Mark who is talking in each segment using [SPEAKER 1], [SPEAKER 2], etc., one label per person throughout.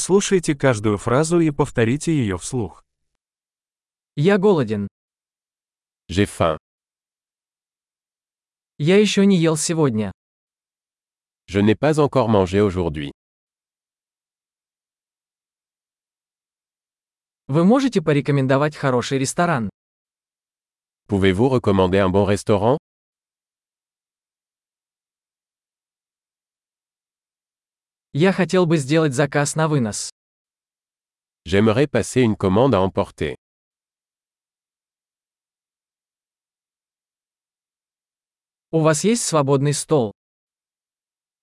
[SPEAKER 1] Прослушайте каждую фразу и повторите ее вслух.
[SPEAKER 2] Я голоден.
[SPEAKER 3] J'ai faim.
[SPEAKER 2] Я еще не ел сегодня.
[SPEAKER 3] Je n'ai pas encore mangé aujourd'hui.
[SPEAKER 2] Вы можете порекомендовать хороший ресторан?
[SPEAKER 3] Pouvez-vous recommander un bon restaurant
[SPEAKER 2] Я хотел бы сделать заказ на вынос.
[SPEAKER 3] J'aimerais passer une commande à emporter.
[SPEAKER 2] У вас есть свободный стол?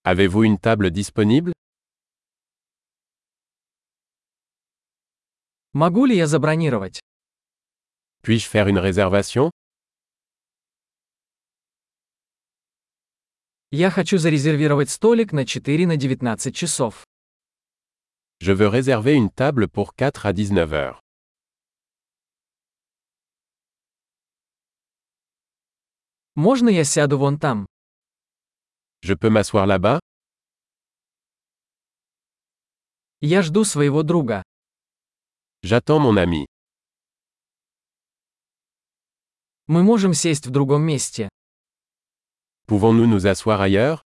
[SPEAKER 3] Avez-vous une table disponible
[SPEAKER 2] Могу ли я забронировать?
[SPEAKER 3] Puis-je faire une réservation
[SPEAKER 2] Я хочу зарезервировать столик на 4 на 19 часов.
[SPEAKER 3] Je veux réserver une table pour 4 à 19 heures.
[SPEAKER 2] Можно я сяду вон там?
[SPEAKER 3] Je peux m'asseoir là-bas
[SPEAKER 2] Я жду своего друга.
[SPEAKER 3] J'attends mon ami.
[SPEAKER 2] Мы можем сесть в другом месте.
[SPEAKER 3] Pouvons-nous nous asseoir ailleurs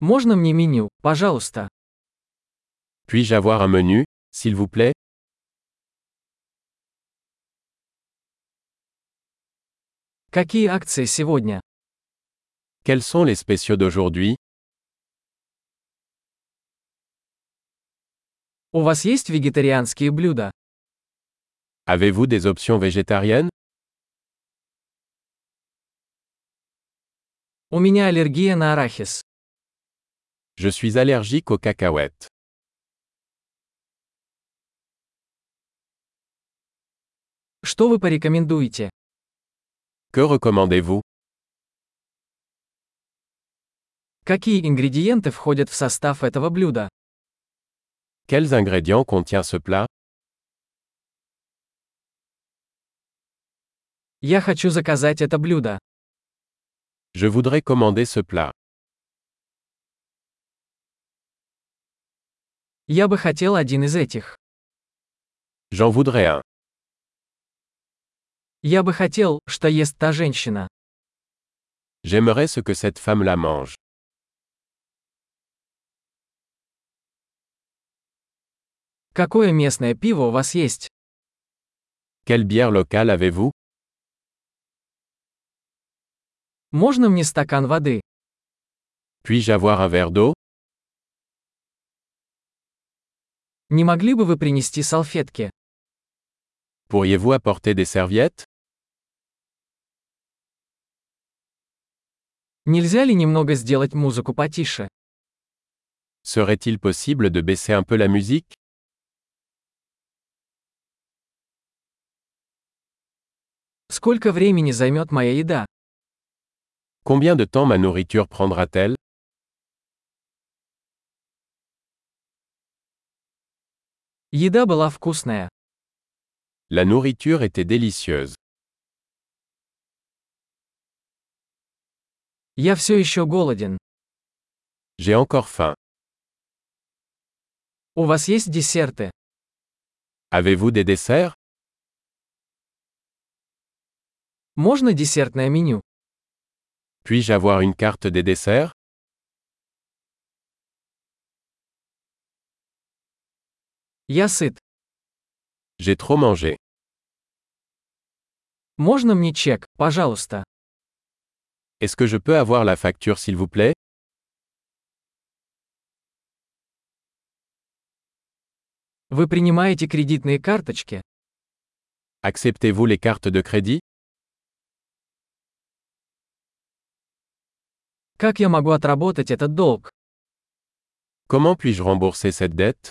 [SPEAKER 2] Можно мне меню, пожалуйста?
[SPEAKER 3] Puis-je avoir un menu S'il vous plaît,
[SPEAKER 2] Какие акции сегодня?
[SPEAKER 3] quels sont les spéciaux d'aujourd'hui
[SPEAKER 2] У вас есть вегетарианские блюда?
[SPEAKER 3] Avez-vous des options végétariennes
[SPEAKER 2] У меня аллергия на арахис.
[SPEAKER 3] Je suis allergique aux cacahuètes.
[SPEAKER 2] Что вы порекомендуете?
[SPEAKER 3] Que recommandez-vous
[SPEAKER 2] Какие ингредиенты входят в состав этого блюда?
[SPEAKER 3] Quels ingrédients contient ce plat
[SPEAKER 2] Я хочу заказать это блюдо.
[SPEAKER 3] Je voudrais commander ce plat.
[SPEAKER 2] Я бы хотел один из этих.
[SPEAKER 3] J'en voudrais un.
[SPEAKER 2] Я бы хотел, что ест та женщина.
[SPEAKER 3] J'aimerais ce que cette femme la mange.
[SPEAKER 2] Какое местное пиво у вас есть?
[SPEAKER 3] Quelle bière locale avez-vous
[SPEAKER 2] Можно мне стакан воды?
[SPEAKER 3] Puis-je avoir un verre d'eau
[SPEAKER 2] Не могли бы вы принести салфетки?
[SPEAKER 3] Pourriez-vous apporter des serviettes
[SPEAKER 2] Нельзя ли немного сделать музыку потише?
[SPEAKER 3] Serait-il possible de baisser un peu la musique
[SPEAKER 2] Сколько времени займет моя еда?
[SPEAKER 3] Combien de temps ma nourriture prendra-t-elle
[SPEAKER 2] Еда была вкусная.
[SPEAKER 3] La nourriture était délicieuse.
[SPEAKER 2] Я все еще голоден.
[SPEAKER 3] J'ai encore faim.
[SPEAKER 2] У вас есть десерты?
[SPEAKER 3] Avez-vous des desserts
[SPEAKER 2] Можно десертное меню?
[SPEAKER 3] Puis-je avoir une carte des desserts
[SPEAKER 2] Я сыт.
[SPEAKER 3] J'ai trop mangé.
[SPEAKER 2] Можно мне чек, пожалуйста?
[SPEAKER 3] Est-ce que je peux avoir la facture s'il vous plaît
[SPEAKER 2] Вы принимаете кредитные карточки?
[SPEAKER 3] Acceptez-vous les cartes de crédit
[SPEAKER 2] Как я могу отработать этот долг?
[SPEAKER 3] Comment puis-je rembourser cette dette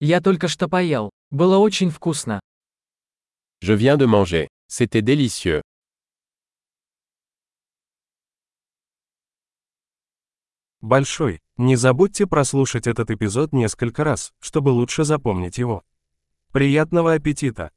[SPEAKER 2] Я только что поел. Было очень вкусно.
[SPEAKER 3] Je viens de manger. C'était délicieux.
[SPEAKER 1] Большой. Не забудьте прослушать этот эпизод несколько раз, чтобы лучше запомнить его. Приятного аппетита!